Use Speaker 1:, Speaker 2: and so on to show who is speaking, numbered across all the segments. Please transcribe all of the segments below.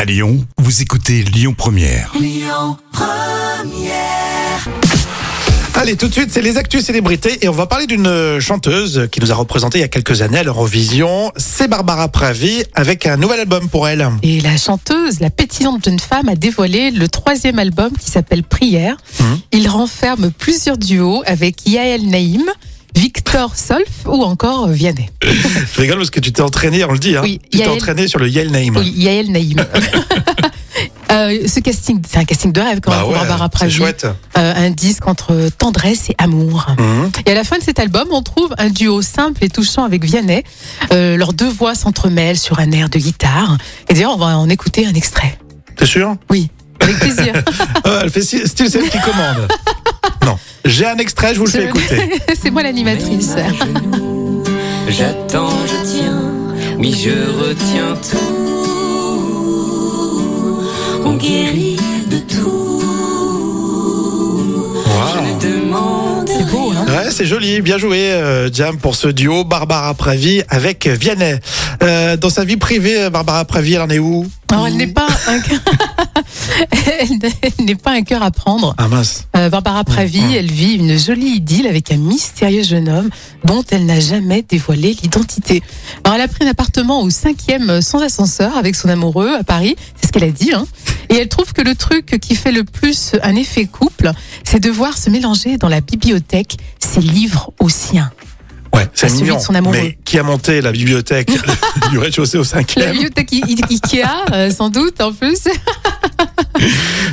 Speaker 1: À Lyon, vous écoutez Lyon Première.
Speaker 2: Allez, tout de suite, c'est les actus célébrités et on va parler d'une euh, chanteuse qui nous a représenté il y a quelques années à l'Eurovision. C'est Barbara Pravi avec un nouvel album pour elle.
Speaker 3: Et la chanteuse, la pétillante jeune femme, a dévoilé le troisième album qui s'appelle Prière.
Speaker 2: Mhm.
Speaker 3: Il renferme plusieurs duos avec Yael Naïm, Victor Solf ou encore Vianney.
Speaker 2: Je rigole parce que tu t'es entraîné, on le dit. Hein.
Speaker 3: Oui,
Speaker 2: tu t'es
Speaker 3: Yael-
Speaker 2: entraîné sur le Yale Name.
Speaker 3: Oui, Yael Naïm. Euh, ce casting, c'est un casting de rêve quand même
Speaker 2: bah
Speaker 3: pour
Speaker 2: ouais,
Speaker 3: Barbara
Speaker 2: c'est
Speaker 3: Pravi.
Speaker 2: chouette.
Speaker 3: Euh, un disque entre tendresse et amour.
Speaker 2: Mhm.
Speaker 3: Et à la fin de cet album, on trouve un duo simple et touchant avec Vianney. Euh, leurs deux voix s'entremêlent sur un air de guitare. Et d'ailleurs, on va en écouter un extrait.
Speaker 2: T'es sûr
Speaker 3: Oui, avec plaisir.
Speaker 2: Euh, Elle fait si- style celle qui commande. non, j'ai un extrait, je vous le fais écouter.
Speaker 3: C'est moi l'animatrice.
Speaker 4: J'attends, je tiens, oui je retiens tout. On guérit de tout.
Speaker 2: Waouh.
Speaker 4: Je ne demande
Speaker 3: C'est beau, hein
Speaker 2: Ouais, c'est joli, bien joué, euh, Jam, pour ce duo Barbara Pravi avec Vianney. Euh, dans sa vie privée, Barbara Pravi, elle en est où
Speaker 3: Alors, elle n'est pas un cœur... elle n'est- elle n'est pas un cœur à prendre.
Speaker 2: Ah mince.
Speaker 3: Euh, Barbara Pravi, elle vit une jolie idylle avec un mystérieux jeune homme dont elle n'a jamais dévoilé l'identité. Alors, elle a pris un appartement au cinquième euh, sans ascenseur avec son amoureux à Paris. C'est ce qu'elle a dit, hein. Et elle trouve que le truc qui fait le plus un effet couple, c'est de voir se mélanger dans la bibliothèque ses livres aux siens.
Speaker 2: Ouais, c'est
Speaker 3: À celui
Speaker 2: mignon.
Speaker 3: de son amoureux.
Speaker 2: Mais qui a monté la bibliothèque du rez-de-chaussée au
Speaker 3: La
Speaker 2: cinquième
Speaker 3: bibliothèque I- I- Ikea, euh, sans doute, en plus.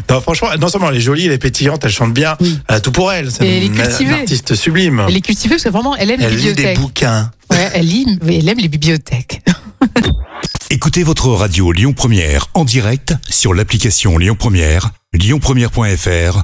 Speaker 2: Non, franchement, non seulement elle est jolie, elle est pétillante, elle chante bien,
Speaker 3: Oui.
Speaker 2: elle a tout pour elle. C'est
Speaker 3: Et elle est
Speaker 2: une,
Speaker 3: cultivée.
Speaker 2: une artiste sublime.
Speaker 3: Elle est cultivée parce que vraiment, elle aime les
Speaker 2: Elle lit des
Speaker 3: bibliothèques.
Speaker 2: bouquins.
Speaker 3: Ouais, elle lit, elle aime les bibliothèques.
Speaker 1: Écoutez votre radio Lyon Première en direct sur l'application Lyon Première, lyonpremière.fr